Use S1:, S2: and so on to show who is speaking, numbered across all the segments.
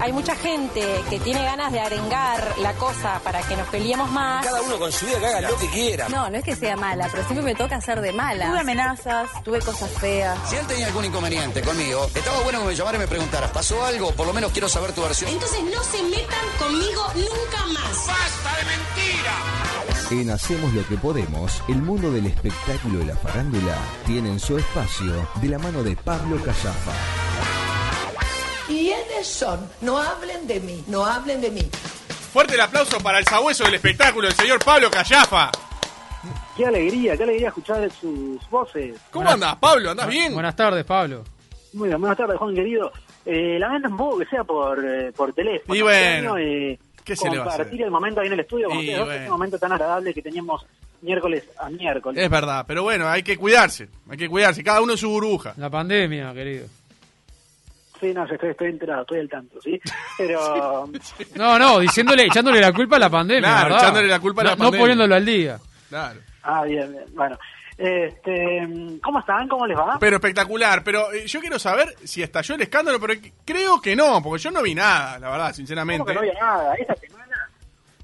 S1: hay mucha gente que tiene ganas de arengar la cosa para que nos peleemos más.
S2: Cada uno con su vida que haga lo que quiera.
S3: No, no es que sea mala, pero siempre me toca hacer de mala.
S4: Tuve amenazas, tuve cosas feas.
S2: Si él tenía algún inconveniente conmigo, estaba bueno que me llamara y me preguntaras, ¿pasó algo? Por lo menos quiero saber tu versión.
S5: Entonces no se metan conmigo nunca más.
S6: ¡Basta de mentira!
S7: En Hacemos lo que podemos, el mundo del espectáculo y la farándula tienen su espacio de la mano de Pablo Callafa.
S8: ¿Quiénes son? No hablen de mí, no hablen de mí.
S9: Fuerte el aplauso para el sabueso del espectáculo, el señor Pablo Callafa.
S10: Qué alegría, qué alegría escuchar sus voces.
S9: ¿Cómo andás, Pablo? ¿Andás bien?
S11: Buenas tardes, Pablo.
S10: Muy bien, buenas tardes, Juan querido. Eh, lamento un poco que sea por, eh, por teléfono.
S9: Y bueno.
S10: Eh,
S9: ¿Qué se le va a
S10: compartir
S9: hacer?
S10: el momento ahí en el estudio con
S9: Y
S10: ustedes dos,
S9: bueno.
S10: ese momento tan agradable que teníamos miércoles a miércoles.
S9: Es verdad, pero bueno, hay que cuidarse, hay que cuidarse, cada uno en su burbuja.
S11: La pandemia, querido.
S10: Sí, no, yo estoy, estoy enterado, estoy al tanto, ¿sí? Pero
S11: No, no, diciéndole, echándole la culpa a la pandemia.
S9: Claro,
S11: ¿verdad?
S9: echándole la culpa a la
S11: No-
S9: pandemia.
S11: No poniéndolo al día.
S9: Claro.
S10: Ah, bien, bien. Bueno, este, ¿cómo están? ¿Cómo les va?
S9: Pero espectacular, pero eh, yo quiero saber si estalló el escándalo, pero qu- creo que no, porque yo no vi nada, la verdad,
S10: Como
S9: sinceramente.
S10: que no había nada. Esta semana.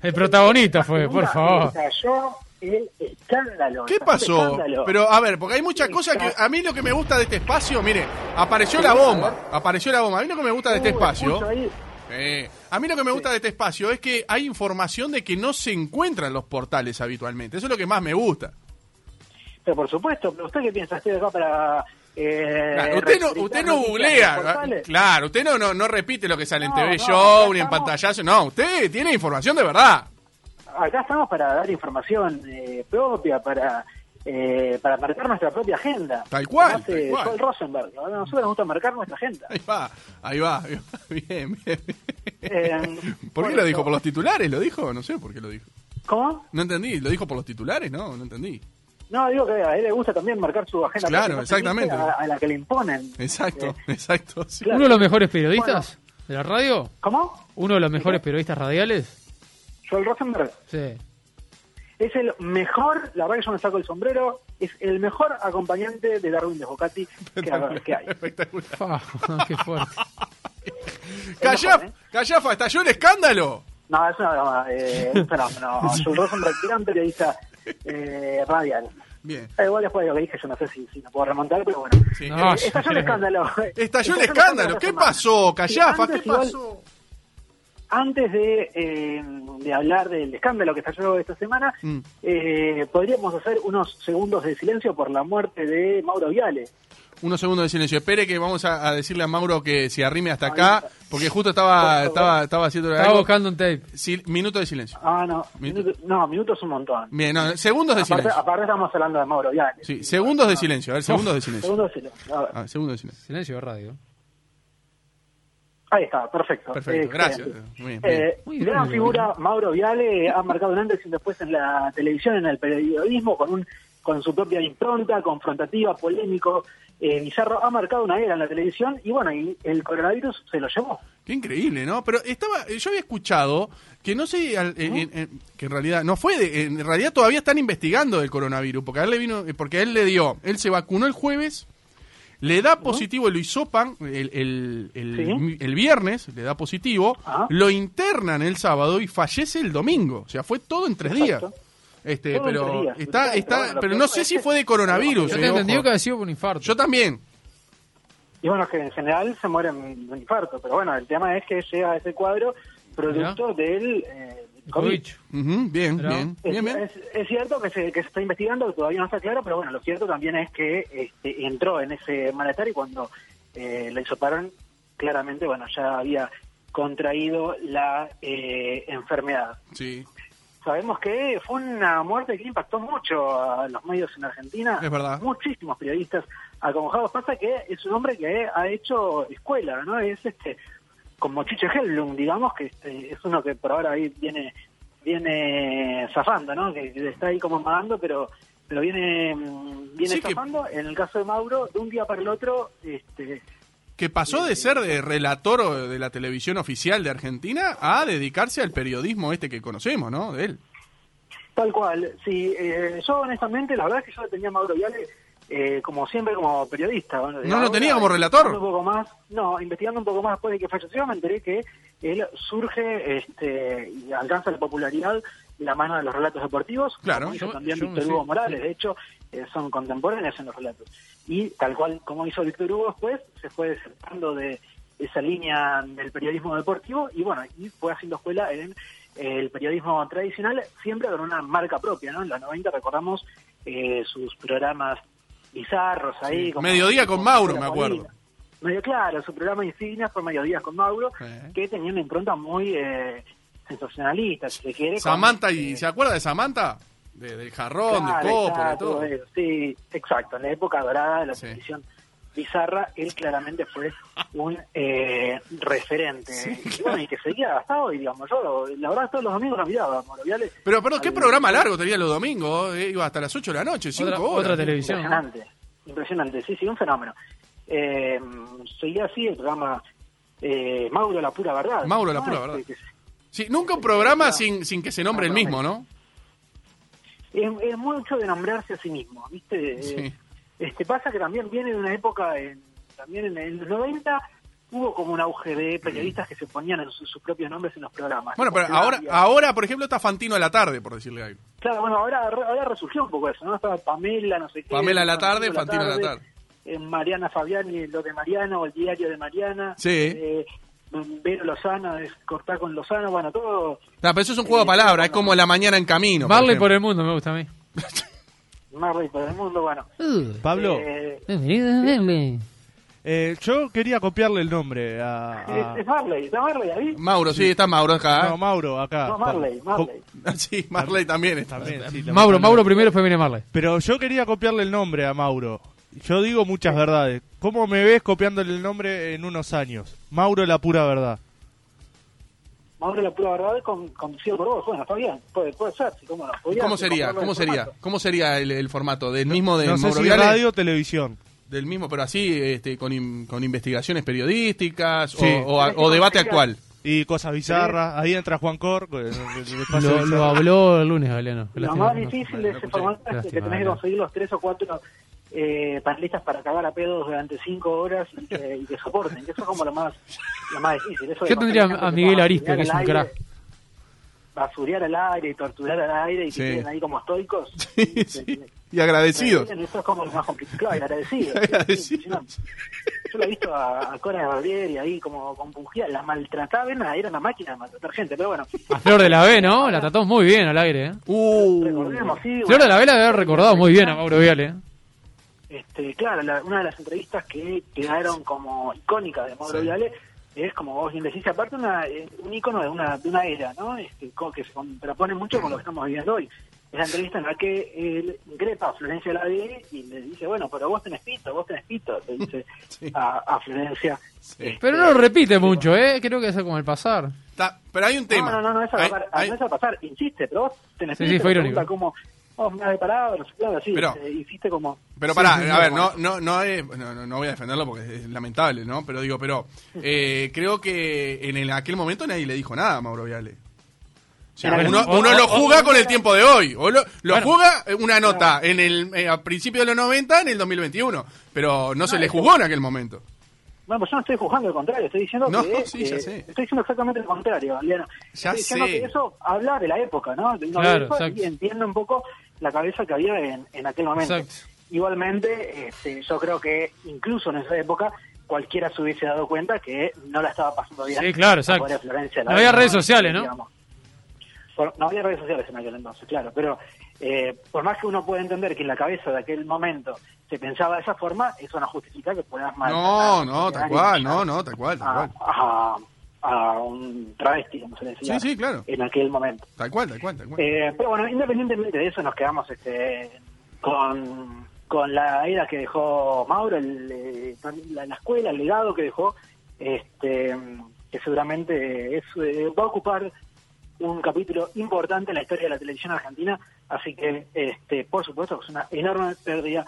S11: El protagonista fue, por
S10: nunca
S11: favor.
S10: Estalló el escándalo.
S9: ¿Qué
S10: Estalló el
S9: pasó?
S10: escándalo.
S9: Pero a ver, porque hay muchas cosas que a mí lo que me gusta de este espacio, mire, apareció la bomba, apareció la bomba. A mí lo que me gusta de este
S10: Uh,
S9: espacio,
S10: escucho ahí.
S9: eh, a mí lo que me gusta de este espacio es que hay información de que no se encuentra en los portales habitualmente. Eso es lo que más me gusta.
S10: Eh, Pero por supuesto, pero ¿usted qué piensa? Estoy acá para. eh,
S9: Claro, usted no,
S10: reeditar
S9: usted no
S10: noticias en los
S9: googlea,
S10: portales.
S9: claro, usted no, no, no repite lo que sale en
S10: No,
S9: TV
S10: no,
S9: Show,
S10: acá
S9: ni en
S10: estamos.
S9: pantallazo, no, usted tiene información de verdad.
S10: Acá estamos para dar información eh, propia, para. eh, para marcar nuestra propia agenda.
S9: Tal cual,
S10: Como hace
S9: tal cual.
S10: Paul Rosenberg. ¿no? A nosotros nos gusta marcar nuestra agenda.
S9: Ahí va, ahí va, ahí va. bien, bien.
S10: Eh,
S9: ¿Por qué
S10: por
S9: lo
S10: eso.
S9: dijo? ¿Por los titulares lo dijo? No sé por qué lo dijo.
S10: ¿Cómo?
S9: No entendí, ¿lo dijo por los titulares? No, no entendí.
S10: No, digo que a él le gusta también marcar su agenda.
S9: Claro,
S10: propia, no se
S9: exactamente.
S10: dice A, a la que le imponen.
S9: Exacto,
S10: Eh,
S9: exacto. sí.
S10: Claro.
S11: Uno de los mejores periodistas de la radio.
S10: ¿Cómo?
S11: Uno de los mejores periodistas radiales.
S10: Joel Rosenberg
S11: Sí.
S10: es el mejor, la verdad que yo me saco el sombrero, es el mejor acompañante de Darwin de Bocati que, que hay.
S9: Espectacular.
S11: Fa, qué fuerte.
S9: Callaf-
S10: ¿eh?
S9: Callafa, estalló el escándalo.
S10: No, es una broma, eh, un fenómeno. Joel Rosenberg era un periodista eh, radial.
S9: Bien.
S10: Eh, igual después de lo que dije, yo no sé si, si lo puedo remontar, pero bueno.
S9: Sí.
S11: No,
S10: Eh, Estalló el escándalo.
S9: Estalló el
S10: esta
S9: escándalo. ¿Qué
S10: semana.
S9: pasó, Callafa?
S10: Sí,
S9: ¿Qué
S10: antes igual-
S9: pasó?
S10: Antes de, eh, de hablar del escándalo que estalló esta semana,
S9: Mm.
S10: eh, podríamos hacer unos segundos de silencio por la muerte de Mauro Viale.
S9: Unos segundos de silencio. Espere que vamos a, a decirle a Mauro que se arrime hasta acá, porque justo estaba estaba, estaba haciendo
S11: Estaba
S9: algo.
S11: buscando un tape.
S9: Sí, minuto de silencio.
S10: Ah, no,
S9: Minuto.
S10: minuto- no, minutos un montón.
S9: Bien, no, segundos de
S10: Aparte,
S9: silencio.
S10: aparte estamos hablando de Mauro Viale. Ah,
S9: Sí, segundos de silencio. A ver, segundos de silencio.
S10: Segundos de silencio. A ver,
S9: Ah, segundos de silencio.
S11: Silencio de radio.
S10: Ahí está, perfecto.
S9: Perfecto,
S10: Excelente.
S9: gracias. Muy bien,
S10: Eh,
S11: muy bien.
S10: gran
S11: Muy bien.
S10: figura, Mauro Viale, ha marcado un antes y un después en la televisión, en el periodismo, con un con su propia impronta, confrontativa, polémico, eh, bizarro. Ha marcado una era en la televisión y bueno, y el coronavirus se lo llevó.
S9: Qué increíble, ¿no? Pero estaba, eh, yo había escuchado que no sé, al- en- en- en- que en realidad no fue, de- en realidad todavía están investigando del coronavirus, porque a él le vino, eh, porque a él le dio, él se vacunó el jueves, le da positivo, lo hisopan el, el, el-
S10: Sí. Ah.
S9: el viernes, le da positivo,
S10: Ajá.
S9: lo internan el sábado y fallece el domingo, o sea, fue todo en tres
S10: Exacto.
S9: días. Este,
S10: Todo en
S9: pero
S10: tres días,
S9: está,
S10: claro,
S9: está,
S10: bueno, lo
S9: pero
S10: peor
S9: no
S10: es
S9: sé si
S10: que-
S9: fue de coronavirus.
S11: Yo
S9: eh,
S11: tenía entendido
S9: ojo.
S11: que había sido por un infarto.
S9: Yo también.
S10: Y bueno, que en general se mueren de un infarto, pero bueno, el tema es que llega a ese cuadro producto del eh, COVID.
S11: Jovich.
S9: Ujú, bien,
S11: Pero-
S9: bien,
S10: Es,
S9: bien, bien.
S10: es- es cierto que se, que se está investigando, todavía no está claro, pero bueno, lo cierto también es que este, entró en ese malestar y cuando eh, lo hisoparon, claramente, bueno, ya había contraído la eh, enfermedad.
S9: Sí,
S10: Sabemos que fue una muerte que impactó mucho a los medios en Argentina.
S9: Es verdad.
S10: Muchísimos periodistas acongojados. Pasa que es un hombre que ha hecho escuela, ¿no? Es este como Chiche Hellblum, digamos, que este, es uno que por ahora ahí viene viene zafando, ¿no? Que, que está ahí como amagando, pero pero viene mm, viene
S9: Sí que-
S10: zafando. En el caso de Mauro, de un día para el otro, este
S9: que pasó de ser de relator o de la televisión oficial de Argentina a dedicarse al periodismo este que conocemos, ¿no? De él.
S10: Tal cual, sí. eh, yo honestamente, la verdad es que yo lo tenía a Mauro Viale eh, como siempre, como periodista. Bueno,
S9: ¿No lo
S10: ahora,
S9: tenía como relator?
S10: investigando Un poco más, no, investigando un poco más después de que falleció, me enteré que él surge este, y alcanza la popularidad de la mano de los relatos deportivos,
S9: Claro,
S10: como hizo
S11: yo-
S10: también
S11: yo me
S10: Víctor
S11: sé-
S10: Hugo Morales, de hecho, eh, son contemporáneos en los relatos. Y tal cual como hizo Víctor Hugo después, se fue desertando de esa línea del periodismo deportivo y bueno, y fue haciendo escuela en eh, el periodismo tradicional, siempre con una marca propia, ¿no? En los 90 recordamos eh, sus programas bizarros ahí.
S9: Sí, Mediodía con Mauro,
S10: La
S9: me acuerdo.
S10: Colina. Medio claro, su programa insignia fue Mediodía con Mauro,
S9: Sí.
S10: que tenía una impronta muy eh, sensacionalista, si se quiere. con,
S9: Samantha, y,
S10: eh,
S9: ¿se acuerda de Samantha? De- del jarrón,
S10: Claro,
S9: de Copo, de
S10: exacto,
S9: todo.
S10: eso, sí, exacto. En la época dorada de la
S9: Sí.
S10: televisión bizarra, él claramente fue un eh, referente. Y bueno, y que seguía hasta hoy, digamos. Yo, lo- la verdad, todos los domingos lo miraba, Mauro Viale.
S9: Pero, perdón, ¿qué
S10: Al-
S9: programa largo tenía los domingos? Eh, iba hasta las 8 de la noche, 5
S11: Otra,
S9: horas.
S11: otra televisión. ¿no?
S10: Impresionante, impresionante, sí, sí, un fenómeno. Eh, seguía así el programa eh, Mauro la pura verdad.
S9: Mauro la pura
S10: Este,
S9: verdad.
S10: que es-
S9: Sí, nunca un programa
S10: Claro.
S9: sin, sin que se nombre el
S10: Claro,
S9: mismo, ¿no?
S10: es, es mucho de nombrarse a sí mismo, ¿viste?
S9: Sí.
S10: Eh, Este, pasa que también viene de una época, en- también en, en los 90, hubo como un auge de periodistas que se ponían en su- sus propios nombres en los programas.
S9: Bueno, pero
S10: Como
S9: ahora,
S10: Flavia.
S9: ahora, por ejemplo, está Fantino a la tarde, por decirle algo.
S10: Claro, bueno, ahora, ahora resurgió un poco eso, ¿no? Estaba Pamela, no sé qué.
S9: Pamela a la tarde, Fantino a la tarde.
S10: eh, Mariana Fabiani, lo de Mariana, o el diario de Mariana.
S9: Sí.
S10: Eh, Vero Lozano, es cortar con Lozano, bueno, todo
S9: Nah, pero eso es un juego de palabras, es como la mañana en camino. por
S11: Marley por
S9: ejemplo.
S11: el mundo me gusta a mí.
S10: Marley por el mundo, bueno.
S11: Uh,
S12: Pablo,
S10: Eh,
S12: eh, yo quería copiarle el nombre a... a-
S10: es, es Marley, está Marley ahí.
S9: Mauro, sí, está Mauro acá.
S12: No, Mauro, acá.
S10: No, Marley, Marley.
S9: sí, Marley también está.
S12: También, sí,
S11: Mauro,
S12: lamentablemente.
S11: Mauro primero, fue viene Marley.
S12: Pero yo quería copiarle el nombre a Mauro. Yo digo muchas verdades. ¿Cómo me ves copiándole el nombre en unos años? Mauro la pura verdad.
S10: Mauro la pura verdad con, conducido por vos, bueno, está bien, puede, puede ser, sí, cómo no. Podía
S9: ¿Cómo sería?
S10: compararlo
S9: ¿Cómo
S10: en
S9: sería?
S10: formato.
S9: ¿Cómo sería el, el formato? ¿Del mismo de
S12: no sé
S9: Mauro
S12: si
S9: Viale?
S12: radio o televisión.
S9: Del mismo, pero así, este, con, in- con investigaciones periodísticas o-
S12: Sí.
S9: o, a- o debate actual.
S12: Y cosas bizarras. Ahí entra Juan Cor. eh, le pasa
S11: Lo,
S12: el-
S11: lo habló el lunes, Galeano.
S10: Lo
S11: Lástima
S10: más
S11: que no-
S10: difícil
S11: no
S10: de ese
S11: escuché.
S10: formato es que
S11: Lástima,
S10: tenés que
S11: Galeano.
S10: conseguir los tres o cuatro eh, panelistas para cagar a pedos durante cinco horas y que, y que soporten, que eso es como lo más, lo más difícil. Eso de
S11: Yo tendría
S10: conseguir
S11: a
S10: gente
S11: Miguel
S10: va
S11: Arista, que es
S10: basurear
S11: un
S10: al
S11: crack.
S10: aire, Basurear al aire y torturar al aire y
S9: Sí.
S10: que queden ahí como estoicos.
S9: Sí, sí. Y agradecidos.
S10: Eso es como lo más complicado. Claro, agradecido.
S9: Agradecido.
S10: Sí, impresionante. Yo la he visto a, a Cora Barbieri ahí como compungida. La maltrataba, era una- era una máquina de maltratar gente, pero bueno.
S11: A Flor de la B, ¿no? La tratamos muy bien al aire, ¿eh?
S9: Uh,
S10: Recordemos, sí,
S11: Flor
S10: bueno,
S11: de la B la había recordado muy bien a Mauro Viale, ¿eh?
S10: Este, claro, la- una de las entrevistas que quedaron como icónicas de Mauro
S9: Sí.
S10: Viale es, como vos bien decís, aparte una, eh, un icono de una, de una era, ¿no? Este, co- que se contrapone mucho con lo que estamos viviendo hoy. Es la entrevista en la que él increpa a Florencia Lavie y le dice, bueno, pero vos tenés pito, vos tenés pito, le dice
S9: Sí.
S10: a, a Florencia. Este,
S11: Pero no lo repite mucho, ¿eh? Creo que eso es como el pasar.
S9: Está- pero hay un tema.
S10: No, no, no, no, eso va a
S9: Hay-
S10: pasar,
S9: hay-
S10: no, eso va a pasar, insiste, pero vos tenés
S11: Sí,
S10: pito,
S11: sí, fue
S10: le
S11: irónico.
S10: pregunta como, vos me has deparado, no sé, claro, así,
S9: Pero-
S10: este, hiciste como...
S9: Pero pará, a ver, no, no, no, es- no, no- no voy a defenderlo porque es lamentable, ¿no? Pero digo, pero eh, creo que en el- aquel momento nadie le dijo nada a Mauro Viale. O sea,
S10: Pero-
S9: uno,
S11: o-
S9: uno
S11: o-
S9: lo
S11: o-
S9: juega con el tiempo de hoy. O lo, lo
S11: Bueno.
S9: juega una nota en el eh, a principios de los 90, en el 2021. Pero no se le jugó en aquel momento.
S10: Bueno, pues yo no estoy juzgando al contrario, estoy diciendo
S9: No,
S10: que.
S9: sí, ya
S10: eh,
S9: sé.
S10: Estoy diciendo exactamente lo contrario, Liana.
S9: Ya
S10: estoy diciendo
S9: sé.
S10: que eso habla de la época, ¿no? De una
S11: Claro,
S10: época
S11: exacto.
S10: y entiendo un poco la cabeza que había en, en aquel momento.
S11: Exacto.
S10: Igualmente, este, yo creo que incluso en esa época cualquiera se hubiese dado cuenta que no la estaba pasando bien.
S11: Sí, claro,
S10: la
S11: exacto.
S10: pobre Florencia, la
S11: No había
S10: verdad,
S11: redes sociales, ¿no?
S10: digamos. Por- no había redes sociales en aquel entonces, claro, pero eh, por más que uno pueda entender que en la cabeza de aquel momento se pensaba de esa forma, eso no justifica que puedas mal.
S9: No, no, tal cual, no, no, tal cual,
S11: Ah.
S9: tal
S10: A,
S9: cual.
S10: a- a un travesti, como se le decía.
S9: Sí, sí, claro.
S10: En aquel momento.
S9: Tal cual, tal cual, tal cual.
S10: Eh, pero bueno, independientemente de eso, nos quedamos este, con, con la era que dejó Mauro, el, eh, la, la escuela, el legado que dejó, este, que seguramente es, eh, va a ocupar un capítulo importante en la historia de la televisión argentina, así que, este, por supuesto, es una enorme pérdida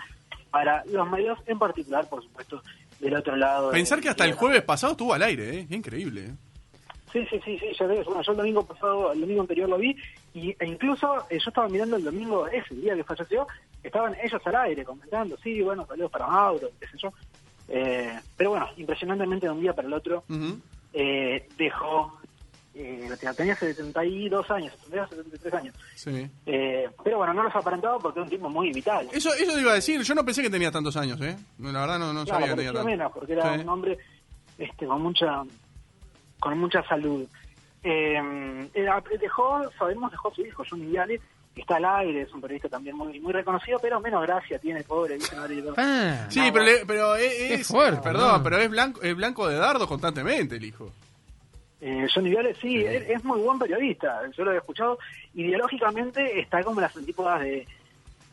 S10: para los medios, en particular, por supuesto, del otro lado. de-
S9: Pensar que hasta el
S10: de-
S9: jueves pasado estuvo al aire, ¿eh? Increíble. ¿eh?
S10: Sí, sí, sí, sí, ya ves. Bueno, yo el domingo pasado, el domingo anterior lo vi, y, e incluso eh, yo estaba mirando el domingo ese, el día que falleció, estaban ellos al aire comentando, sí, bueno, saludos para Mauro, qué sé yo. Eh, pero bueno, impresionantemente de un día para el otro eh, dejó, eh, tenía 72 años, 72, 73 años.
S9: Sí.
S10: Eh, pero bueno, no los aparentaba porque es un tipo muy vital.
S9: Eso, eso te iba a decir, yo no pensé que tenía tantos años, ¿eh? No, La verdad no, no sabía
S10: Claro,
S9: que
S10: por
S9: tenía tantos.
S10: menos, porque era
S9: Sí.
S10: un hombre este, con mucha con mucha salud. Eh, era- dejó, sabemos, dejó a su hijo, Johnny Viale, que está al aire, es un periodista también muy muy reconocido, pero menos gracia tiene, pobre. ¿viste? No le-
S11: Ah.
S9: Sí, pero, le- pero es, es-
S10: Qué fuerte,
S9: perdón,
S10: ¿no?
S9: pero es blanco, es blanco de dardos constantemente el hijo.
S10: Eh, Johnny Viale, sí, Es, es muy buen periodista, yo lo he escuchado. Ideológicamente está como las antípodas de,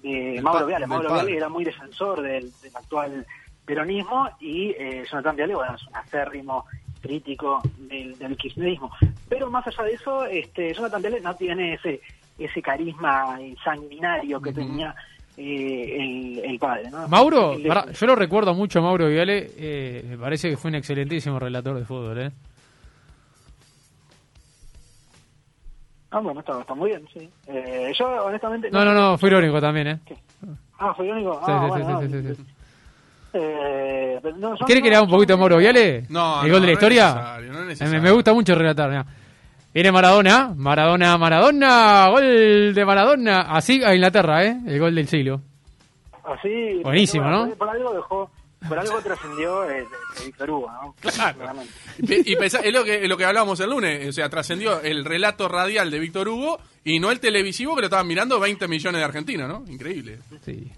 S10: de
S9: Del
S10: Mauro
S9: pa-
S10: Viale.
S9: del
S10: Mauro
S9: padre.
S10: Viale era muy defensor del, del actual peronismo y eh, Jonathan Viale, bueno, es un acérrimo crítico del, del kirchnerismo. Pero más allá de eso, este, Jonathan Viale no tiene ese ese carisma sanguinario que tenía eh, el, el padre. ¿no?
S11: Mauro,
S10: El-
S11: pará, yo lo recuerdo mucho a Mauro Viale, eh, me parece que fue un excelentísimo relator de fútbol, ¿eh?
S10: Ah, bueno, está, está muy bien, sí. Eh, yo, honestamente...
S11: No, no, no, fue irónico también, ¿eh?
S10: Ah, fue irónico.
S11: Sí,
S10: Ah,
S11: sí,
S10: bueno,
S11: sí,
S10: no,
S11: sí, sí, sí.
S10: Eh, pero no, yo
S11: ¿Quieres que le haga un poquito a Mauro Viale?
S9: No,
S11: ¿El
S9: no,
S11: gol de la
S9: no es
S11: historia?
S9: necesario, no es
S11: Eh,
S9: necesario.
S11: me, me gusta mucho relatar, mirá. Viene Maradona, Maradona, Maradona, gol de Maradona. Así a Inglaterra, ¿eh? El gol del siglo.
S10: Así.
S11: Buenísimo,
S10: bueno,
S11: ¿no?
S10: Por, por algo dejó. Por algo trascendió eh, de, de Víctor Hugo, ¿no? Claramente.
S9: Pe- Y pensá- es lo que, es lo que hablábamos el lunes, o sea, trascendió el relato radial de Víctor Hugo y no el televisivo que lo estaban mirando 20 millones de argentinos, ¿no? Increíble.
S11: Sí.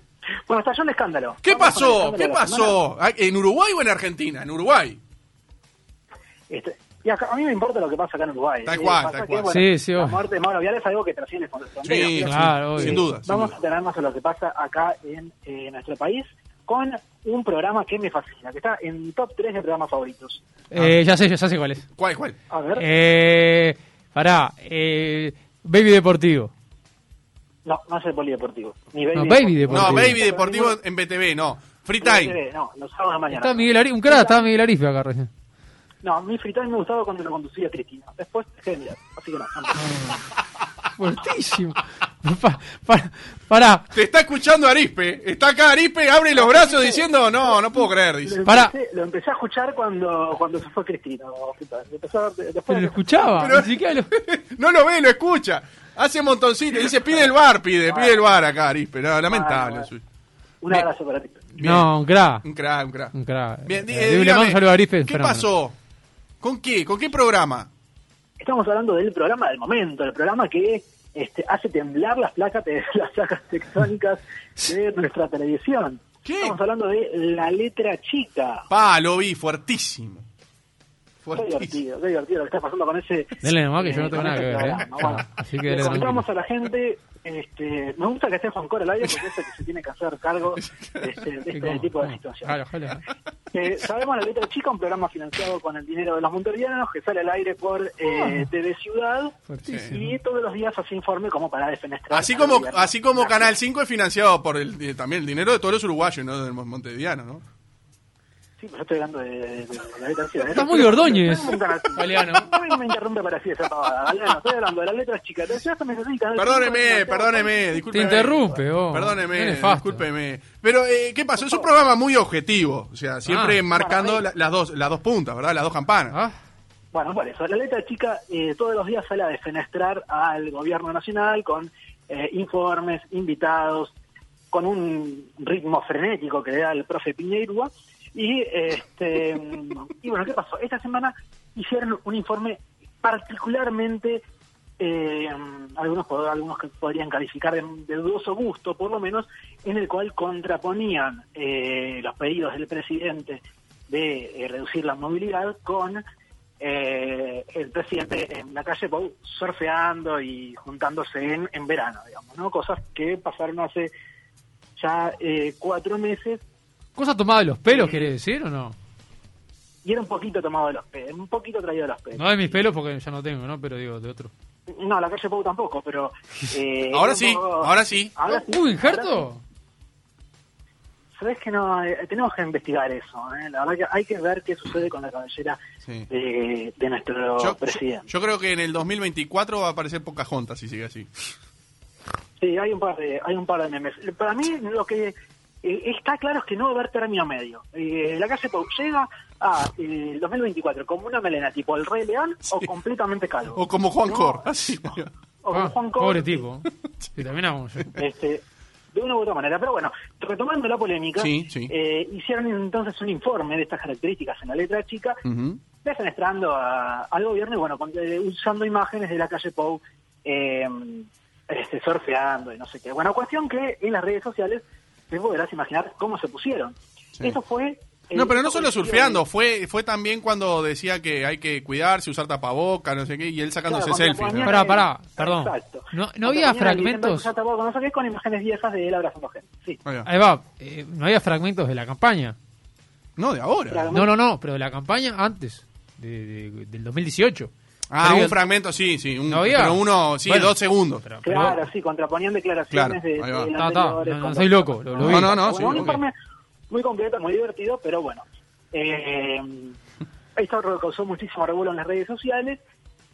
S10: Bueno, estalló el escándalo.
S9: ¿Qué
S10: Vamos con el
S9: pasó?
S10: escándalo
S9: ¿Qué
S10: de la semana.
S9: pasó? Ah, ¿En Uruguay o en Argentina? En Uruguay.
S10: Este, y acá- a mí me importa lo que pasa acá en Uruguay.
S9: Tal
S10: Eh,
S9: cual,
S10: pasa
S9: tal
S10: que,
S9: cual.
S10: bueno,
S11: Sí, sí,
S10: La
S11: obvio.
S10: muerte de Mauro Vial es algo que trasciende por las fronteras.
S9: Sí,
S10: Pero,
S11: claro,
S10: eh,
S11: obvio.
S9: sin duda. sin
S10: Vamos
S9: duda.
S10: a tenernos a lo que pasa acá en eh, nuestro país con un programa que me fascina, que está en mi top 3 de programas favoritos.
S11: Eh, ya sé, ya sé cuál es.
S9: ¿Cuál, cuál?
S10: A ver,
S11: Eh, pará, eh, Baby Deportivo.
S10: no, no es el polideportivo. Ni baby
S11: No, Baby
S9: No,
S11: Deportivo.
S9: Baby Deportivo en BTV, no. Free Time.
S10: No, los sábados de mañana.
S11: Está Miguel Ari- un cara, estaba Miguel Arispe acá recién.
S10: No, mi free time me gustaba cuando lo conducía Cristina. Después dejé de mirar, así que no.
S11: Ah, Fuertísimo. Pa- pa- pará,
S9: Te está escuchando Arispe. Está acá Arispe, abre los brazos diciendo, no, no puedo creer, dice.
S10: Lo
S11: Pará.
S10: empecé, lo empecé a escuchar cuando, cuando se fue Cristina. o free time. Empecé a- después-
S11: pero lo escuchaba.
S9: Pero-
S11: ni siquiera lo-
S9: No lo ve, lo escucha. Hace montoncito. Dice, pide el bar, pide, pide el bar acá, Arispe. No, lamentable.
S10: Bueno, Un abrazo para ti.
S9: Bien.
S11: No, un crack.
S9: Un crack, un crack.
S11: Un crack.
S9: Bien, di-
S11: Eh,
S9: eh,
S11: de una
S9: dígame,
S11: mano saludo a Arispe,
S9: ¿Qué
S11: fenómeno.
S9: pasó? ¿Con qué? ¿Con qué programa?
S10: Estamos hablando del programa del momento, el programa que este, hace temblar las placas, te- las placas tectónicas de nuestra televisión.
S9: ¿Qué?
S10: Estamos hablando de La Letra Chica.
S9: Pa, lo vi, fuertísimo.
S10: Qué
S9: Fuertísimo.
S10: divertido, qué divertido lo que está pasando con ese.
S11: Dele nomás que yo no
S10: eh,
S11: tengo
S10: con
S11: nada
S10: ese
S11: que ver, ¿eh?
S10: programa. Bueno,
S11: Así que
S10: le
S11: dele tranquilo.
S10: contamos a la gente, este, me gusta que esté Juan Cora al aire porque es el que se tiene que hacer cargo este, de este
S11: ¿Cómo?
S10: tipo de
S11: ¿Cómo?
S10: situaciones.
S11: Jalo, jalo.
S10: Eh, sabemos la letra chica, un programa financiado con el dinero de los montevideanos que sale al aire por eh, TV Ciudad
S11: Ah. Fuertísimo.
S10: y todos los días hace informe como para defenestrar.
S9: Así
S10: al
S9: como,
S10: gobierno.
S9: así como Canal 5 es financiado por el, eh, también el dinero de todos los uruguayos, no del montevideano, ¿no?
S10: Sí, pero estoy hablando de, de- de la letra chica.
S11: Estás muy Ordóñez.
S10: No me interrumpe-
S11: Galeano.
S10: no me interrumpe para así esa pavada. Galeano, estoy hablando de la letra chica. Te decía, me metí en Canal
S9: Perdóneme,
S10: 5,
S9: perdóneme,
S11: Te
S9: discúlpeme.
S11: interrumpe, vos. Qué
S9: Perdóneme,
S11: nefasto.
S9: discúlpeme. Pero, eh, ¿qué pasó? Es un programa muy objetivo, o sea, siempre
S11: Ah.
S9: marcando la- las, dos, las dos puntas, ¿verdad? Las dos campanas.
S11: Ah,
S10: Bueno, por eso, la letra chica eh, todos los días sale a defenestrar al gobierno nacional con eh, informes, invitados, con un ritmo frenético que le da el profe Piñeirúa. Y, este, y bueno, ¿qué pasó? Esta semana hicieron un informe particularmente, eh, algunos, pod- algunos que podrían calificar de, de dudoso gusto, por lo menos, en el cual contraponían eh, los pedidos del presidente de eh, reducir la movilidad con eh, el presidente en la calle Pou surfeando y juntándose en, en verano, digamos, ¿no? Cosas que pasaron hace ya eh, cuatro meses
S11: ¿Cosa tomada de los pelos, querés decir o no?
S10: y era un poquito tomado de los pelos, un poquito traído de los pelos.
S11: No de mis pelos porque ya no tengo, ¿no? Pero digo, de otro.
S10: No, la calle Pou tampoco, pero... eh,
S9: Ahora
S10: era un
S9: sí,
S10: poco-
S9: ahora sí.
S10: Ahora sí,
S11: ¿Hubo
S10: ahora
S11: injerto?
S10: sí. Sabés que no, eh, tenemos que investigar eso, ¿eh? La verdad que hay que ver qué sucede con la cabellera
S9: Sí.
S10: de, de nuestro
S9: Yo, yo-
S10: presidente.
S9: yo creo que en el 2024 va a aparecer Pocahontas si sigue así.
S10: Sí, hay un par de, hay un par de memes. Para mí lo que eh, está claro es que no va a haber término medio. Eh, la calle Pau llega a eh, 2024 como una melena tipo el Rey León o completamente calvo.
S9: O como Juan
S10: No,
S9: Cor. Así.
S10: O como
S11: Ah,
S10: Juan Cor.
S11: pobre tipo. Y también hago yo.
S10: Este, de una u otra manera. Pero bueno, retomando la polémica,
S9: Sí, sí.
S10: eh, hicieron entonces un informe de estas características en la letra chica,
S9: Ujú.
S10: desenestrando a- al gobierno y bueno, con- eh, usando imágenes de la calle Pou, eh, este, surfeando y no sé qué. Bueno, cuestión que en las redes sociales te podrás imaginar cómo se pusieron.
S9: Sí.
S10: Eso fue... eh,
S9: No, pero no solo
S10: hicieron-
S9: surfeando, fue fue también cuando decía que hay que cuidarse, usar tapaboca, no sé qué, y él sacándose
S10: Claro, cuando
S9: selfies. ¿no?
S10: ponían
S11: Pará,
S10: el-
S11: pará, perdón.
S10: Exacto.
S11: No, no había
S10: Cuando ponían el diciendo,
S11: fragmentos.
S10: "Usa tapaboca", no sé qué, con imágenes viejas de él abrazando gente. Sí.
S9: Ahí va.
S11: Ahí va, eh, no había fragmentos de la campaña.
S9: No, de ahora.
S10: Claro.
S11: No, no, no, pero de la campaña antes, de- de- del 2018.
S9: Ah,
S11: Previo-
S9: un fragmento, sí, sí. Un,
S11: No había.
S9: Pero uno, sí,
S11: Bueno,
S9: dos segundos.
S11: pero- pero-
S10: Claro, sí, contraponían
S9: Claro,
S10: declaraciones de,
S9: ahí va.
S10: de
S11: Ta, ta,
S10: anteriores
S11: no, no
S10: con-
S11: soy loco, lo- lo vi.
S9: No, no, no, sí,
S10: un
S9: ok.
S10: informe muy completo, muy divertido, pero bueno. Eh, esto causó muchísimo revuelo en las redes sociales,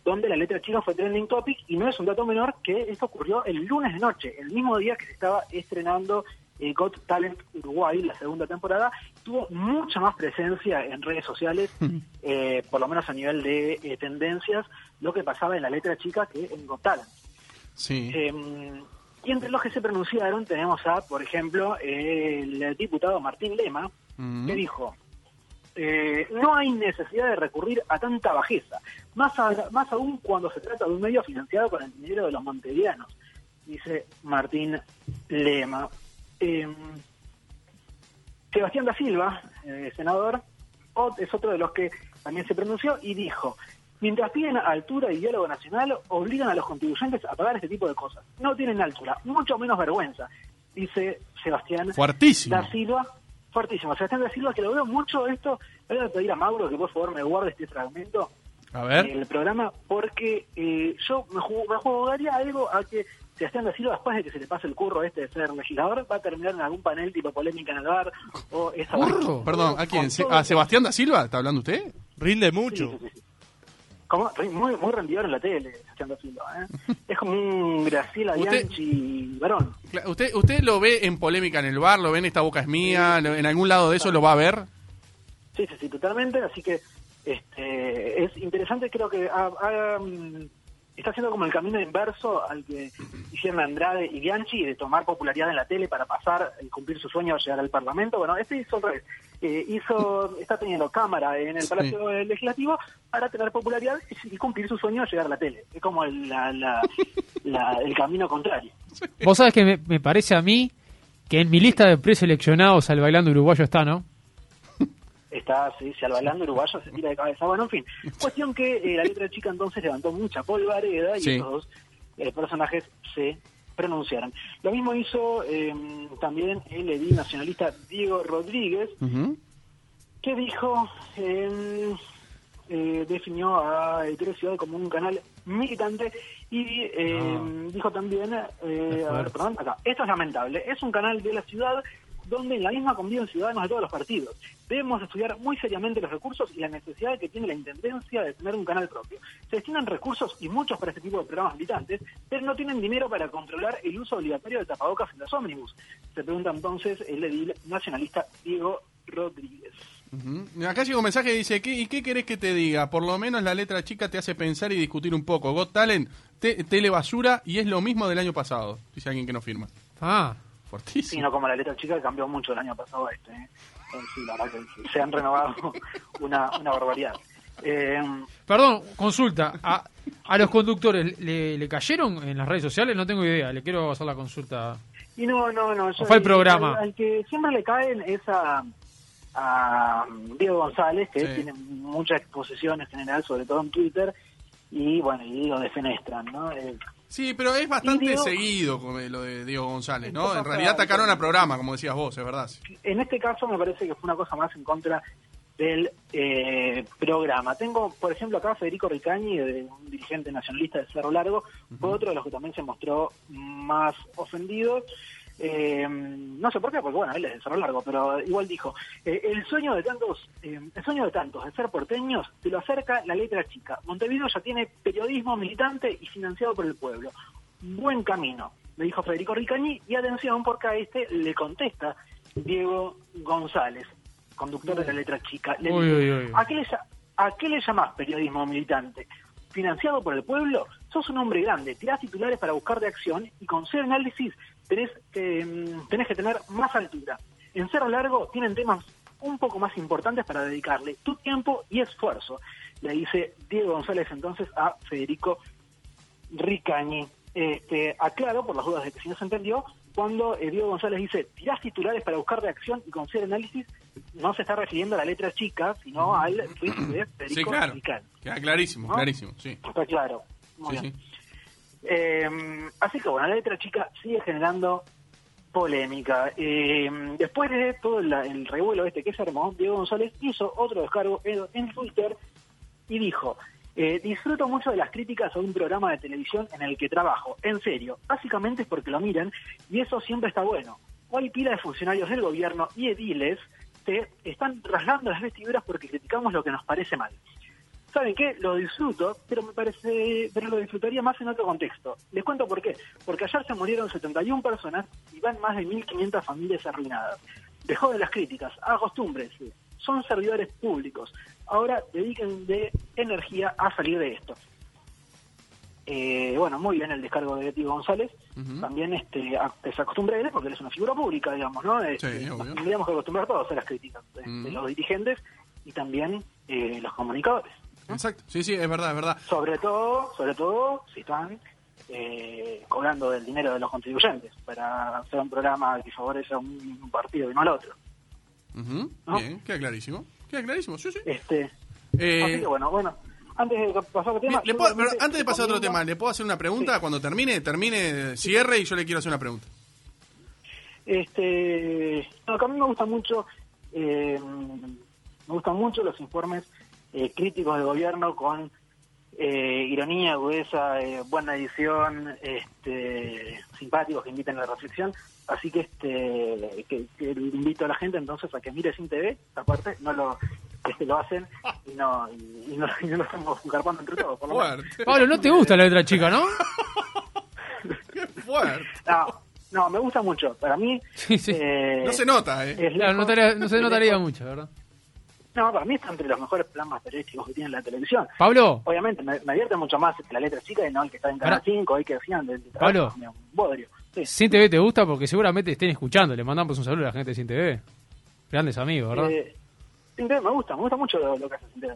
S10: donde la letra chica fue trending topic, y no es un dato menor que esto ocurrió el lunes de noche, el mismo día que se estaba estrenando eh, Got Talent Uruguay, la segunda temporada, tuvo mucha más presencia en redes sociales, eh, por lo menos a nivel de eh, tendencias, lo que pasaba en la letra chica que en Got Talent.
S9: Sí.
S10: Eh, y entre los que se pronunciaron tenemos a, por ejemplo, eh, el diputado Martín Lema,
S9: Mm.
S10: que dijo, eh, no hay necesidad de recurrir a tanta bajeza, más, a- más aún cuando se trata de un medio financiado con el dinero de los montevideanos, dice Martín Lema. Eh, Sebastián da Silva, eh, senador, ot- es otro de los que también se pronunció y dijo, mientras piden altura y diálogo nacional, obligan a los contribuyentes a pagar este tipo de cosas. No tienen altura, mucho menos vergüenza, dice Sebastián
S9: Fuertísimo.
S10: da Silva. Fuertísimo. Sebastián da Silva, que lo veo mucho esto, le voy a pedir a Mauro que por favor me guarde este fragmento
S9: A ver.
S10: el programa porque eh, yo me, ju- me jugaría algo a que Sebastián da Silva, después de que se le pase el curro este de ser legislador, va a terminar en algún panel tipo polémica en el bar o esa
S11: ¿Curro?
S9: Perdón, ¿a quién?
S10: Con
S9: Se-
S10: todo
S9: ¿A
S10: el-
S9: Sebastián da Silva? ¿Está hablando usted?
S12: Rinde
S10: Sí,
S12: mucho.
S10: sí, sí, sí. Como re- muy, muy rendidor en la tele, Sebastián da Silva. ¿eh? es como un Graciela
S9: Usted-
S10: Bianchi varón.
S9: Cla- ¿Usted, ¿Usted lo ve en polémica en el bar? ¿Lo ve en Esta Boca es Mía? lo- ¿En algún lado de eso lo va a ver?
S10: Sí, sí, sí, totalmente. Así que este, es interesante, creo que ah, ah, mm, está haciendo como el camino inverso al que hicieron Andrade y Bianchi de tomar popularidad en la tele para pasar y cumplir su sueño de llegar al Parlamento. Bueno, este hizo al revés. Eh, hizo, está teniendo cámara en el
S9: Sí.
S10: Palacio Legislativo para tener popularidad y, y cumplir su sueño de llegar a la tele. Es como el, la- la- la- el camino contrario.
S11: Vos sabés que me, me parece a mí que en mi lista de preseleccionados al bailando uruguayo está, ¿no?
S10: está sí, se al bailando uruguayo se tira de cabeza. Bueno, en fin, cuestión que eh, la letra chica entonces levantó mucha polvareda y
S9: Sí.
S10: esos dos eh, personajes se pronunciaron. Lo mismo hizo eh, también el edil nacionalista Diego Rodríguez,
S9: Ujú.
S10: que dijo, eh, eh, definió a Tres Ciudad como un canal militante y eh, dijo también, eh, a ver, perdón, acá, esto es lamentable, es un canal de la ciudad donde en la misma conviven ciudadanos de todos los partidos. Debemos estudiar muy seriamente los recursos y la necesidad que tiene la Intendencia de tener un canal propio. Se destinan recursos y muchos para este tipo de programas militantes, pero no tienen dinero para controlar el uso obligatorio de tapabocas en los ómnibus. Se pregunta entonces el edil nacionalista Diego Rodríguez.
S9: Ujú. Acá llega un mensaje que dice, ¿qué, ¿y qué querés que te diga? Por lo menos la letra chica te hace pensar y discutir un poco. Got Talent, te- telebasura y es lo mismo del año pasado. Dice alguien que no firma.
S11: Ah,
S10: Sí,
S9: Fortísimo.
S10: no como la letra chica que cambió mucho el año pasado a este. ¿eh? Eh, Sí, la verdad que se han renovado una, una barbaridad. Eh,
S11: perdón, consulta. A, a los conductores, ¿le, le cayeron en las redes sociales? No tengo idea, le quiero hacer la consulta.
S10: y no, no, no. yo-
S11: fue el programa.
S10: Al, al que siempre le caen es a, a um, Diego González, que
S9: Sí.
S10: tiene mucha exposición en general, sobre todo en Twitter, y bueno, y lo defenestran, ¿no? Eh,
S9: Sí, pero es bastante
S10: Y Diego-
S9: seguido con lo de Diego González, ¿no?
S10: Poco
S9: En realidad
S10: claro.
S9: atacaron al programa, como decías vos, es verdad.
S10: en este caso me parece que fue una cosa más en contra del eh, programa. Tengo, por ejemplo, acá a Federico Ricañi, de- un dirigente nacionalista de Cerro Largo, fue otro de los que también se mostró más ofendido. Eh, no sé por qué, porque bueno, él es de Cerro Largo, pero igual dijo, eh, el sueño de tantos, eh, el sueño de tantos de ser porteños, te lo acerca la letra chica. Montevideo ya tiene periodismo militante y financiado por el pueblo. Buen camino. me dijo Federico Ricañi, y atención porque a este le contesta Diego González, conductor de la letra chica. Le
S11: Uy,
S10: dice,
S11: uy, uy.
S10: ¿A, qué le, lla- ¿A qué le llamás periodismo militante? ¿Financiado por el pueblo? Sos un hombre grande, tirás titulares para buscar de acción y con ser análisis tenés, que, mm, tenés que tener más altura. En Cerro Largo tienen temas un poco más importantes para dedicarle tu tiempo y esfuerzo. Le dice Diego González entonces a Federico Ricañi. Este, aclaro, por las dudas de que si no se entendió, cuando eh, Diego González dice tirás titulares para buscar reacción y con cierto análisis, no se está refiriendo a la letra chica, sino al tweet de Federico
S9: Sí, claro.
S10: Ricañi.
S9: Queda clarísimo,
S10: ¿No?
S9: clarísimo, sí.
S10: Está claro. Muy
S9: Sí,
S10: bien. Eh, así que bueno, la letra chica sigue generando polémica. Eh, después de todo la- el revuelo este que se armó, Diego González hizo otro descargo en, en Twitter y dijo, eh, disfruto mucho de las críticas a un programa de televisión en el que trabajo, en serio, básicamente es porque lo miran y eso siempre está bueno. Hoy pila de funcionarios del gobierno y ediles te están rasgando las vestiduras porque criticamos lo que nos parece mal. ¿Saben qué? Lo disfruto, pero me parece, pero lo disfrutaría más en otro contexto. Les cuento por qué. Porque ayer se murieron 71 personas y van más de 1.500 familias arruinadas. Dejó de las críticas, acostúmbrense. Son servidores públicos. Ahora dediquen de energía a salir de esto. Eh, bueno, muy bien el descargo de Diego González. También este, a- desacostumbre él porque él es una figura pública, digamos, ¿no? Este,
S9: Sí,
S10: nos
S9: obvio.
S10: tendríamos que acostumbrar todos a las críticas este,
S9: Mm.
S10: los dirigentes y también eh, los comunicadores
S9: Exacto, sí, sí, es verdad, es verdad.
S10: sobre todo, sobre todo si están eh, cobrando del dinero de los contribuyentes para hacer un programa que favorece a un, un partido y no al otro.
S9: Ujú,
S10: ¿No?
S9: Bien, queda clarísimo. Queda clarísimo, sí, sí.
S10: Este,
S9: Eh,
S10: así que bueno, bueno, antes de pasar al
S9: Bien,
S10: tema,
S9: le
S10: yo
S9: puedo- pero
S10: realmente
S9: antes de pasar a otro tema,
S10: recomiendo,
S9: ¿le puedo hacer una pregunta? Cuando termine, termine, cierre y yo le quiero hacer una pregunta.
S10: este, no, que a mí me gusta mucho, eh, me gustan mucho los informes eh, críticos de gobierno con eh, ironía, agudeza, eh, buena edición, este, simpáticos que invitan a la reflexión. Así que este que, que invito a la gente entonces a que mire Sin TV, aparte no lo este, lo hacen y no, y, y no, y no lo estamos carpando entre todos. Por lo menos.
S11: Pablo, no te gusta la letra chica, ¿no?
S9: Fuerte.
S10: No, no, me gusta mucho. Para mí... eh,
S9: No se nota, ¿eh?
S10: es
S11: Claro, no,
S10: lejos-
S11: estaría- no se
S10: es
S11: notaría
S10: lejos-
S11: mucho, ¿verdad?
S10: No, para mí está entre los mejores programas periodísticos que tiene la televisión.
S11: Pablo,
S10: Obviamente, me, me divierte mucho más la letra chica y no el que está en Canal
S11: Pará.
S10: 5, ahí que decían del
S11: Pablo.
S10: trabajo, me- un bodrio. Sí.
S11: Sin TV te gusta porque seguramente estén escuchando. Le mandamos un saludo a la gente de Sin TV. Grandes amigos, ¿verdad?
S10: Eh, Sin TV me gusta, me gusta mucho lo, lo que hace Sin TV.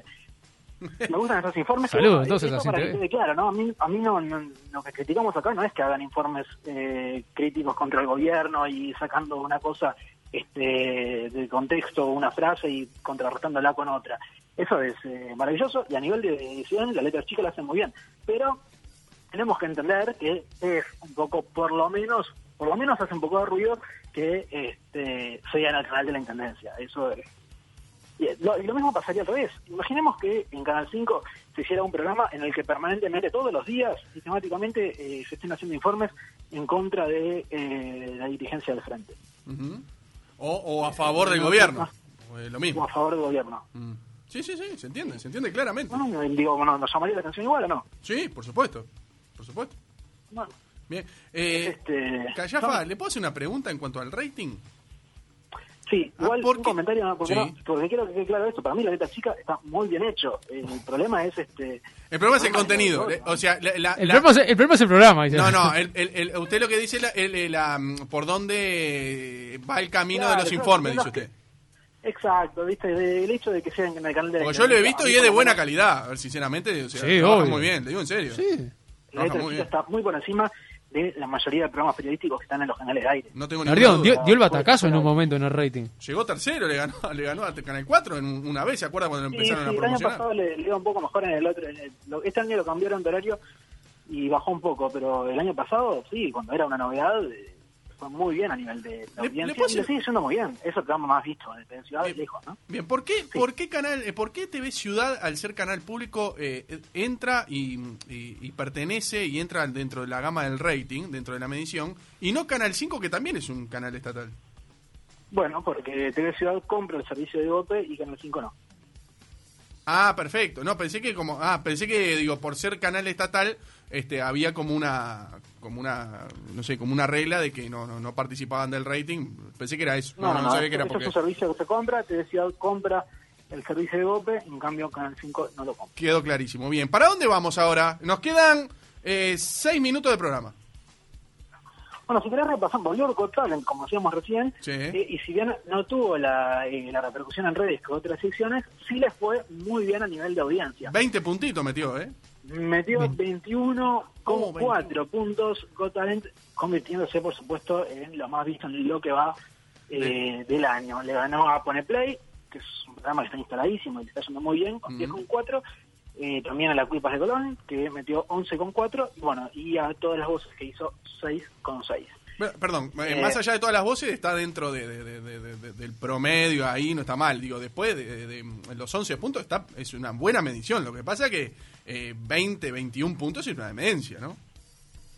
S10: Me gustan esos informes.
S11: Saludos,
S10: Bueno,
S11: entonces,
S10: esto
S11: a Sin
S10: para que
S11: TV.
S10: quede claro, ¿no? A mí, a mí no, no- lo que criticamos acá no es que hagan informes eh, críticos contra el gobierno y sacando una cosa este del contexto, una frase y contrarrestándola con otra. Eso es eh, maravilloso y a nivel de edición las letras chicas la hacen muy bien. Pero tenemos que entender que es un poco, por lo menos, por lo menos hace un poco de ruido que este, sea en el canal de la Intendencia. Eso es. Y lo, y lo mismo pasaría al revés. Imaginemos que en Canal 5 se hiciera un programa en el que permanentemente, todos los días, sistemáticamente, eh, se estén haciendo informes en contra de eh, la dirigencia del frente.
S9: Ujú. o, o a favor del gobierno. O, eh, lo
S10: O
S9: mismo.
S10: a favor del gobierno.
S9: Mm. Sí, sí, sí, se entiende, se entiende claramente.
S10: No, no, digo, bueno, ¿nos llamaría la atención igual o no?
S9: Sí, por supuesto. Por supuesto.
S10: Bueno,
S9: Bien. Eh,
S10: este,
S9: Callafa,
S10: no.
S9: ¿le puedo hacer una pregunta en cuanto al rating?
S10: Sí,
S9: Ah,
S10: igual
S9: porque-
S10: un comentario, no, porque,
S9: Sí.
S10: no, porque quiero que quede claro esto. Para mí la letra chica está muy bien hecho. El problema es este...
S9: El problema es el
S10: Ah,
S9: contenido.
S10: no,
S9: eh, O sea, la- la-
S11: El,
S9: la-
S11: problema es, el problema es el programa. dice.
S9: No, no, el- el- el- usted lo que dice es la, el- el, la, mm, por dónde va el camino
S10: Claro,
S9: de los
S10: yo-
S9: informes,
S10: yo
S9: dice
S10: no-
S9: usted.
S10: Exacto, viste, de- el hecho de que sea en el canal de... la
S9: Porque yo lo he
S10: Intendencia,
S9: visto
S10: a
S9: y
S10: mí
S9: es de
S10: por lo
S9: buena
S10: menos-
S9: calidad, sinceramente. O sea,
S11: Sí,
S9: trabaja
S11: obvio.
S9: muy bien, le digo en serio.
S11: Sí.
S10: La letra
S9: Trabaja muy
S10: chica
S9: bien.
S10: está muy por encima de la mayoría de programas periodísticos que están en los canales de aire.
S9: No tengo ninguna
S11: Nardión,
S9: duda.
S11: dio, dio el batacazo en un momento en el rating.
S9: Llegó tercero, le ganó, le ganó a Canal 4 en un- una vez, ¿se acuerda cuando lo
S10: Sí, sí,
S9: empezaron a
S10: el año pasado
S9: promocionar?
S10: le, le iba un poco mejor en el otro. en el- lo- este año lo cambiaron de horario y bajó un poco, pero el año pasado, sí, cuando era una novedad, eh, fue muy bien a nivel de la
S9: Le- le
S10: audiencia.
S9: puedo
S10: y le
S9: hacer-
S10: sigue yendo muy bien. Es el programa más visto de de Ciudad
S9: Bien.
S10: lejos, ¿no?
S9: Eh, Bien, ¿por qué, ¿por qué canal, eh, por qué TV Ciudad, al ser canal público, eh, eh, entra y, y- y pertenece y entra dentro de la gama del rating, dentro de la medición, y no Canal 5, que también es un canal estatal?
S10: Bueno, porque TV Ciudad compra el servicio de Gope y Canal 5 no.
S9: Ah, perfecto. No, pensé que como ah, pensé que digo por ser canal estatal este había como una como una no sé, como una regla de que no no, no participaban del rating. Pensé que era eso. No, no, sabía que era
S10: eso
S9: porque
S10: es un servicio que se compra, te decía compra el servicio de Gope, en cambio Canal 5 no lo compra.
S9: quedó clarísimo. Bien, ¿para dónde vamos ahora? Nos quedan eh, seis minutos de programa.
S10: Bueno, si querés repasamos, Lorco Talent, como hacíamos recién,
S9: Sí.
S10: eh, y si bien no tuvo la, eh, la repercusión en redes que otras secciones, sí les fue muy bien a nivel de audiencia.
S9: 20 puntitos metió, ¿eh?
S10: Metió
S9: Bien.
S10: 21,4 puntos Got Talent, convirtiéndose, por supuesto, en lo más visto en lo que va eh, del año. Le ganó a Pone Play, que es un programa que está instaladísimo y que está yendo muy bien, con
S9: Mm.
S10: 10,4. eh, también a La Culpa de Colón, que metió 11,4. Y bueno, y a todas las voces que hizo 6,6.
S9: Bueno, Perdón, eh,
S10: Eh,
S9: más allá de todas las voces, está dentro de- de- de- de- de- de- del promedio, ahí no está mal. Digo, después de, de- de los 11 puntos está es una buena medición. Lo que pasa que eh, 20, 21 puntos es una demencia, ¿no?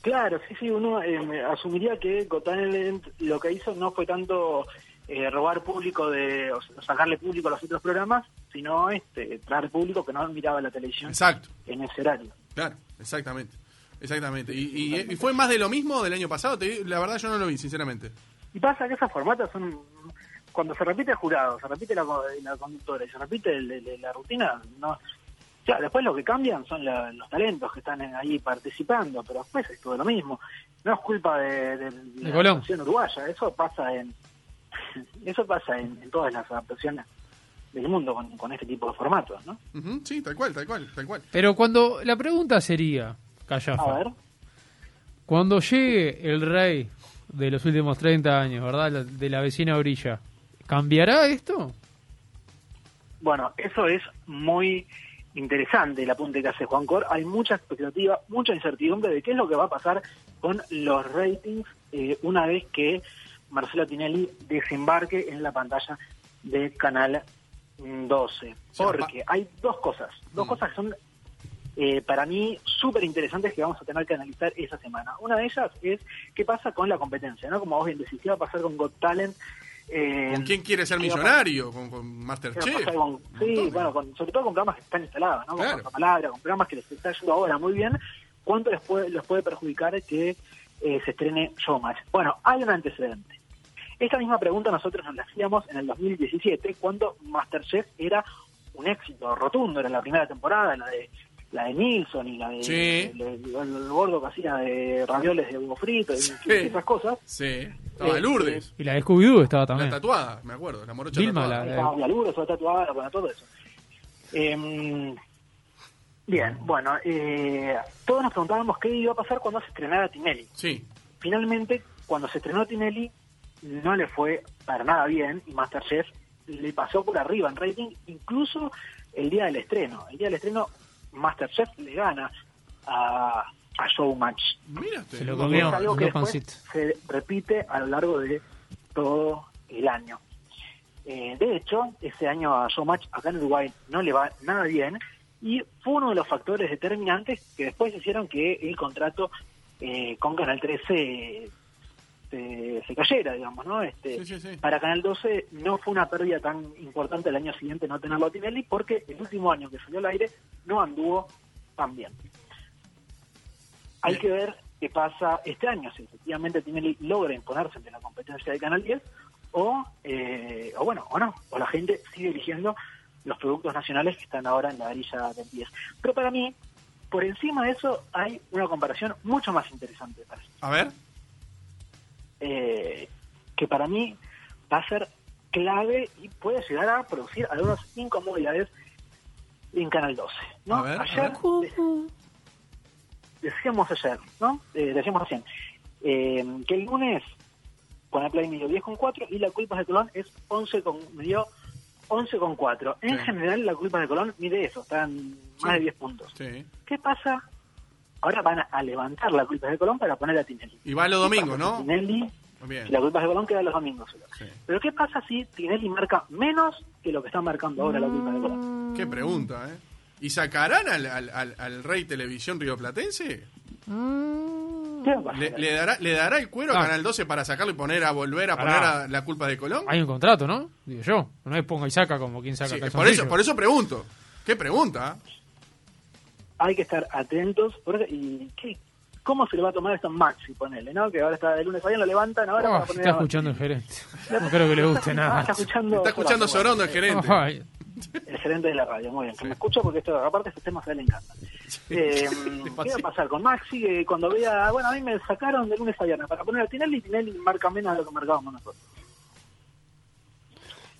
S10: Claro, sí, sí, uno eh, me- asumiría que Gotalent lo que hizo no fue tanto eh, robar público de, o sea, sacarle público a los otros programas, sino este, traer público que no miraba la televisión
S9: Exacto.
S10: en ese horario.
S9: Claro, exactamente. Exactamente. Y, y- y fue más de lo mismo del año pasado. Te digo, la verdad, yo no lo vi, sinceramente.
S10: Y pasa que esos formatos son, cuando se repite el jurado, se repite la, co- la conductora y se repite el- el- la rutina, no... O sea, después lo que cambian son la- los talentos que están en- ahí participando, pero después es todo lo mismo. No es culpa de, de la
S11: Colón.
S10: adaptación uruguaya, eso pasa en eso pasa en, en todas las adaptaciones del mundo con, con este tipo de formatos, ¿no?
S9: Ujú, sí, tal cual, tal cual, tal cual.
S11: Pero cuando la pregunta sería, Callafa,
S10: A ver.
S11: cuando llegue el rey de los últimos 30 años, ¿verdad? La- De la vecina orilla, ¿cambiará esto?
S10: Bueno, eso es muy interesante el apunte que hace Juan Cor. Hay mucha expectativa, mucha incertidumbre de qué es lo que va a pasar con los ratings eh, una vez que Marcelo Tinelli desembarque en la pantalla de Canal 12.
S9: Sí,
S10: Porque hay dos cosas,
S9: Mm.
S10: dos cosas que son eh, para mí súper interesantes que vamos a tener que analizar esa semana. Una de ellas es qué pasa con la competencia, ¿no? Como vos bien decís, qué va a pasar con Got Talent. Eh,
S9: ¿Con quién quiere ser
S10: qué va a pasar?
S9: millonario? ¿Con, con
S10: Pero
S9: Masterchef?
S10: pasa con- sí, bueno, con- sobre todo con programas que están instalados, ¿no?
S9: ¿eh? Claro.
S10: Con Pasapalabra, con programas que les está ayudando ahora muy bien. ¿Cuánto les puede, les puede perjudicar que eh, se estrene Showmatch? Bueno, hay un antecedente. Esta misma pregunta nosotros nos la hacíamos en el 2017, cuando Masterchef era un éxito rotundo. Era la primera temporada, la de la de Nilsson y la de
S9: Sí.
S10: el, el- el gordo que hacía de ravioles de huevo frito y esas cosas.
S9: Sí, estaba
S10: Eh,
S9: Lourdes,
S11: Y la de Scooby-Doo estaba
S9: la
S11: también.
S9: tatuada, me acuerdo, la morocha
S11: Vilma,
S9: tatuada.
S11: la-
S10: Estaba Lourdes, o tatuada, bueno, todo eso. Em, bien, bueno, eh, todos nos preguntábamos qué iba a pasar cuando se estrenara Tinelli.
S9: Sí,
S10: Finalmente, cuando se estrenó Tinelli, no le fue para nada bien y Masterchef le pasó por arriba en rating, incluso el día del estreno. El día del estreno, Masterchef le gana a, a Showmatch.
S9: mira usted.
S11: Se lo
S9: no me
S11: comió.
S10: Es
S9: acordaba.
S10: algo que
S11: no
S10: después
S11: pancito.
S10: se repite a lo largo de todo el año. Eh, de hecho, ese año a Showmatch acá en Uruguay no le va nada bien y fue uno de los factores determinantes que después hicieron que el contrato eh, con Canal 13 este, se, se cayera, digamos, ¿no? Este,
S9: Sí, sí, sí.
S10: Para Canal 12 no fue una pérdida tan importante el año siguiente no tenerlo a Tinelli porque el último año que salió al aire no anduvo tan bien. Hay que ver qué pasa este año, si efectivamente Tinelli logra imponerse ante la competencia de Canal 10 o, eh, o bueno, o no, o la gente sigue eligiendo los productos nacionales que están ahora en la varilla del 10. Pero para mí, por encima de eso, hay una comparación mucho más interesante, parece
S9: A ver,
S10: eh, que para mí va a ser clave y puede llegar a producir algunas incomodidades en Canal 12. ¿no?
S9: A ver, a
S10: ayer, de- decíamos ayer, ¿no? Eh, decíamos recién, eh, que el lunes con Play midió 10 con 4 y la culpa de Colón es 11 con, midió 11 con 4. En
S9: Sí.
S10: general la culpa de Colón mide eso, están más de 10 puntos.
S9: sí.
S10: ¿Qué pasa? Ahora van a levantar la culpa de Colón para poner a Tinelli.
S9: Y va los
S10: ¿Qué
S9: domingos,
S10: pasa
S9: ¿no?
S10: si Tinelli
S9: Bien.
S10: si la culpa es de Colón, queda los domingos.
S9: Sí.
S10: Pero ¿qué pasa si Tinelli marca menos que lo que está marcando ahora la culpa de Colón?
S9: Qué pregunta, ¿eh? ¿Y sacarán al, al, al- al rey televisión rioplatense?
S10: ¿Qué va a pasar?
S9: ¿Le, le dará, ¿Le dará el cuero a
S11: Ah.
S9: Canal 12 para sacarlo y poner a volver a
S11: Pará.
S9: poner a la culpa de Colón?
S11: Hay un contrato, ¿no? Digo yo. No es ponga y saca como quien saca
S9: Sí, por,
S11: calzoncillo.
S9: eso, por eso pregunto. ¿Qué pregunta? ¿eh?
S10: Hay que estar atentos. porque- ¿Y qué- cómo se le va a tomar esto en Maxi? Ponele, ¿no? Que ahora está de lunes a viernes, lo levantan ahora
S11: Ah,
S10: para poner. Ah,
S11: está escuchando el gerente. No creo que le guste nada.
S10: Está escuchando,
S9: Está escuchando Sorondo, el gerente.
S11: Ay,
S10: El gerente de la radio, muy bien. Que me escucha porque esto, aparte, estos temas a él le encantan. Eh, ¿Qué va a pasar con Maxi? Eh, cuando vea, bueno, a mí me sacaron de lunes a viernes para poner a Tinelli y Tinelli marca menos de lo que marcábamos nosotros.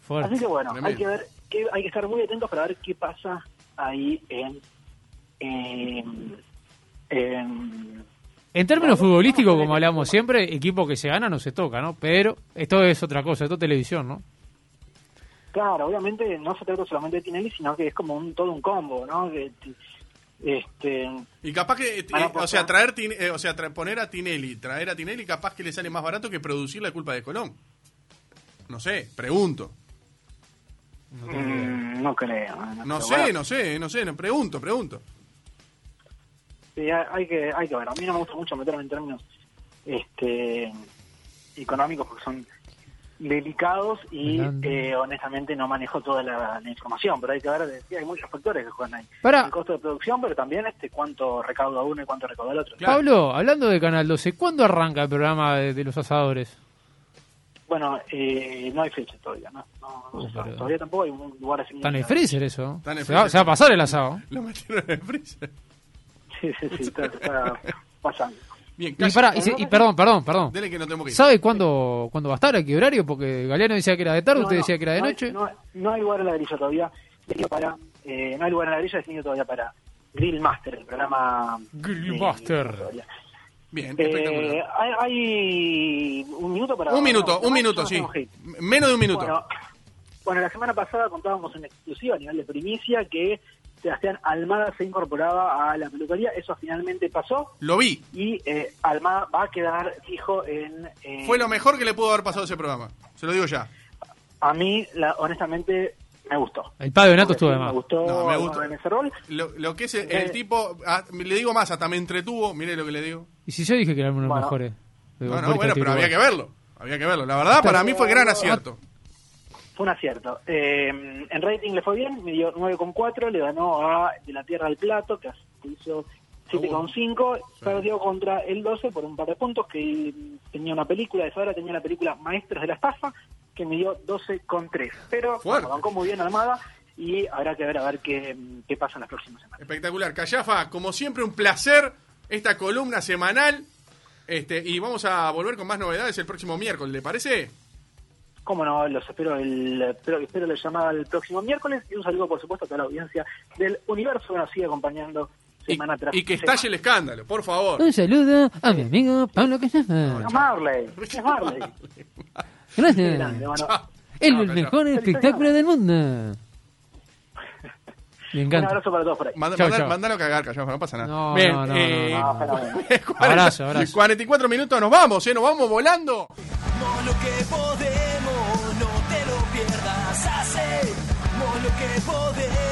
S11: fuerte.
S10: Así que bueno, hay
S9: Tremendo.
S10: que ver, que hay que estar muy atentos para ver qué pasa ahí en. en- en-
S11: En términos futbolísticos, como hablamos siempre, equipo que se gana no se toca, ¿no? Pero esto es otra cosa, esto es televisión, ¿no?
S10: claro, obviamente no se trata solamente de Tinelli, sino que es como un todo un combo, ¿no? Que, este,
S9: Y capaz que, eh,
S10: Van a apostar.
S9: o sea, traer, Tin- eh, o sea, tra- poner a Tinelli, traer a Tinelli capaz que le sale más barato que producir la culpa de Colón. No sé, pregunto.
S10: mm, no creo.
S9: No
S10: creo.
S9: sé,
S10: Bueno,
S9: no sé, no sé, no, pregunto, pregunto.
S10: Sí, hay- hay que, hay que ver. A mí no me gusta mucho meterme en términos este, económicos porque son delicados y
S11: Adelante.
S10: eh, honestamente no manejo toda la, la información, pero hay que ver, decía, hay muchos factores que juegan ahí.
S11: Pará.
S10: El costo de producción, pero también este cuánto recauda uno y cuánto recauda el otro.
S11: Pablo, hablando de Canal 12, ¿cuándo arranca el programa de, de los asadores?
S10: Bueno, eh, no hay fecha todavía, ¿no? no, no se sabe.
S11: pero-
S10: Todavía tampoco hay un lugar así.
S11: Está en el freezer eso.
S9: Está en el
S11: se, va,
S9: freezer.
S11: se va a pasar el asado.
S9: Lo metieron en el freezer.
S10: Sí, sí, sí, está, está pasando.
S9: Bien,
S11: Y,
S9: casi.
S11: pará, y, se- y perdón, perdón, perdón.
S9: Dele que no tenemos que ir.
S11: ¿Sabe cuándo, cuándo va a estar? ¿A qué horario? Porque Galeano decía que era de tarde,
S10: No,
S11: usted
S10: no,
S11: decía que era de
S10: no hay-
S11: noche.
S10: no, no hay lugar en la grilla todavía. definido Para, eh, no hay lugar en la grilla definido todavía para Grill Master, el programa.
S11: Grill
S10: eh,
S11: Master.
S10: todavía.
S9: Bien, espectacular.
S10: Eh, hay, hay un minuto para.
S9: un minuto,
S10: no,
S9: un
S10: no,
S9: minuto,
S10: no
S9: sí.
S10: tenemos hit.
S9: M- Menos de un minuto.
S10: Bueno, bueno, la semana pasada contábamos en exclusiva a nivel de primicia que Sebastián Almada se incorporaba a la peluquería. Eso finalmente pasó
S9: Lo vi.
S10: y eh, Almada va a quedar fijo en. eh,
S9: Fue lo mejor que le pudo haber pasado a ese programa. Se lo digo ya.
S10: A mí, la- honestamente, me gustó.
S11: El padre de Nato estuvo de
S10: Me
S11: más.
S10: gustó,
S9: No, me gustó.
S10: en ese rol.
S9: Lo, lo que es el,
S10: Eh.
S9: el tipo, ah, le digo más, hasta me entretuvo, mire lo que le digo.
S11: Y si yo dije que era uno de los
S10: Bueno.
S11: mejores. de
S9: No, no,
S11: futbolistas
S9: bueno,
S11: de
S9: pero había que
S11: Uruguay.
S9: verlo. Había que verlo. La verdad, para mí fue gran acierto.
S10: Fue un acierto. Eh, en rating le fue bien, me dio 9,4, le ganó a De la Tierra al Plato, que hizo 7,5, perdió contra el 12 por un par de puntos, que tenía una película, de esa hora tenía la película Maestros de la Estafa, que me dio 12,3. Pero
S9: Fuerte.
S10: bueno, bancó muy bien Armada y habrá que ver a ver qué, qué pasa en las próximas semanas.
S9: Espectacular. Callafa, como siempre, un placer esta columna semanal. Este, y vamos a volver con más novedades el próximo miércoles, ¿le parece?
S10: Cómo no, los espero el espero, espero la llamada el próximo miércoles y un saludo por supuesto a toda la audiencia del universo que nos sigue acompañando
S9: Y,
S10: semana tras
S9: y que
S10: semana.
S9: estalle el escándalo, por favor.
S11: Un saludo a mi amigo Pablo Casafa.
S10: Es Marley, es Marley. Qué
S11: Gracias.
S10: grande, bueno.
S11: El,
S9: Ah, No,
S11: el
S9: no,
S11: mejor espectáculo del mundo. Me
S10: Un
S11: encanta.
S10: abrazo para todos por ahí.
S9: Manda-
S11: Chau,
S9: manda-
S11: chau.
S9: Mándalo a cagar, Callafa, no pasa nada.
S11: No,
S9: Bien,
S11: no, no,
S9: eh,
S11: no, no, no.
S10: Fenómeno.
S11: Abrazo, abrazo.
S9: 44 minutos, nos vamos, ¿eh? Nos vamos volando.
S6: Somos lo que podemos, no te lo pierdas. Hacemos lo que podemos.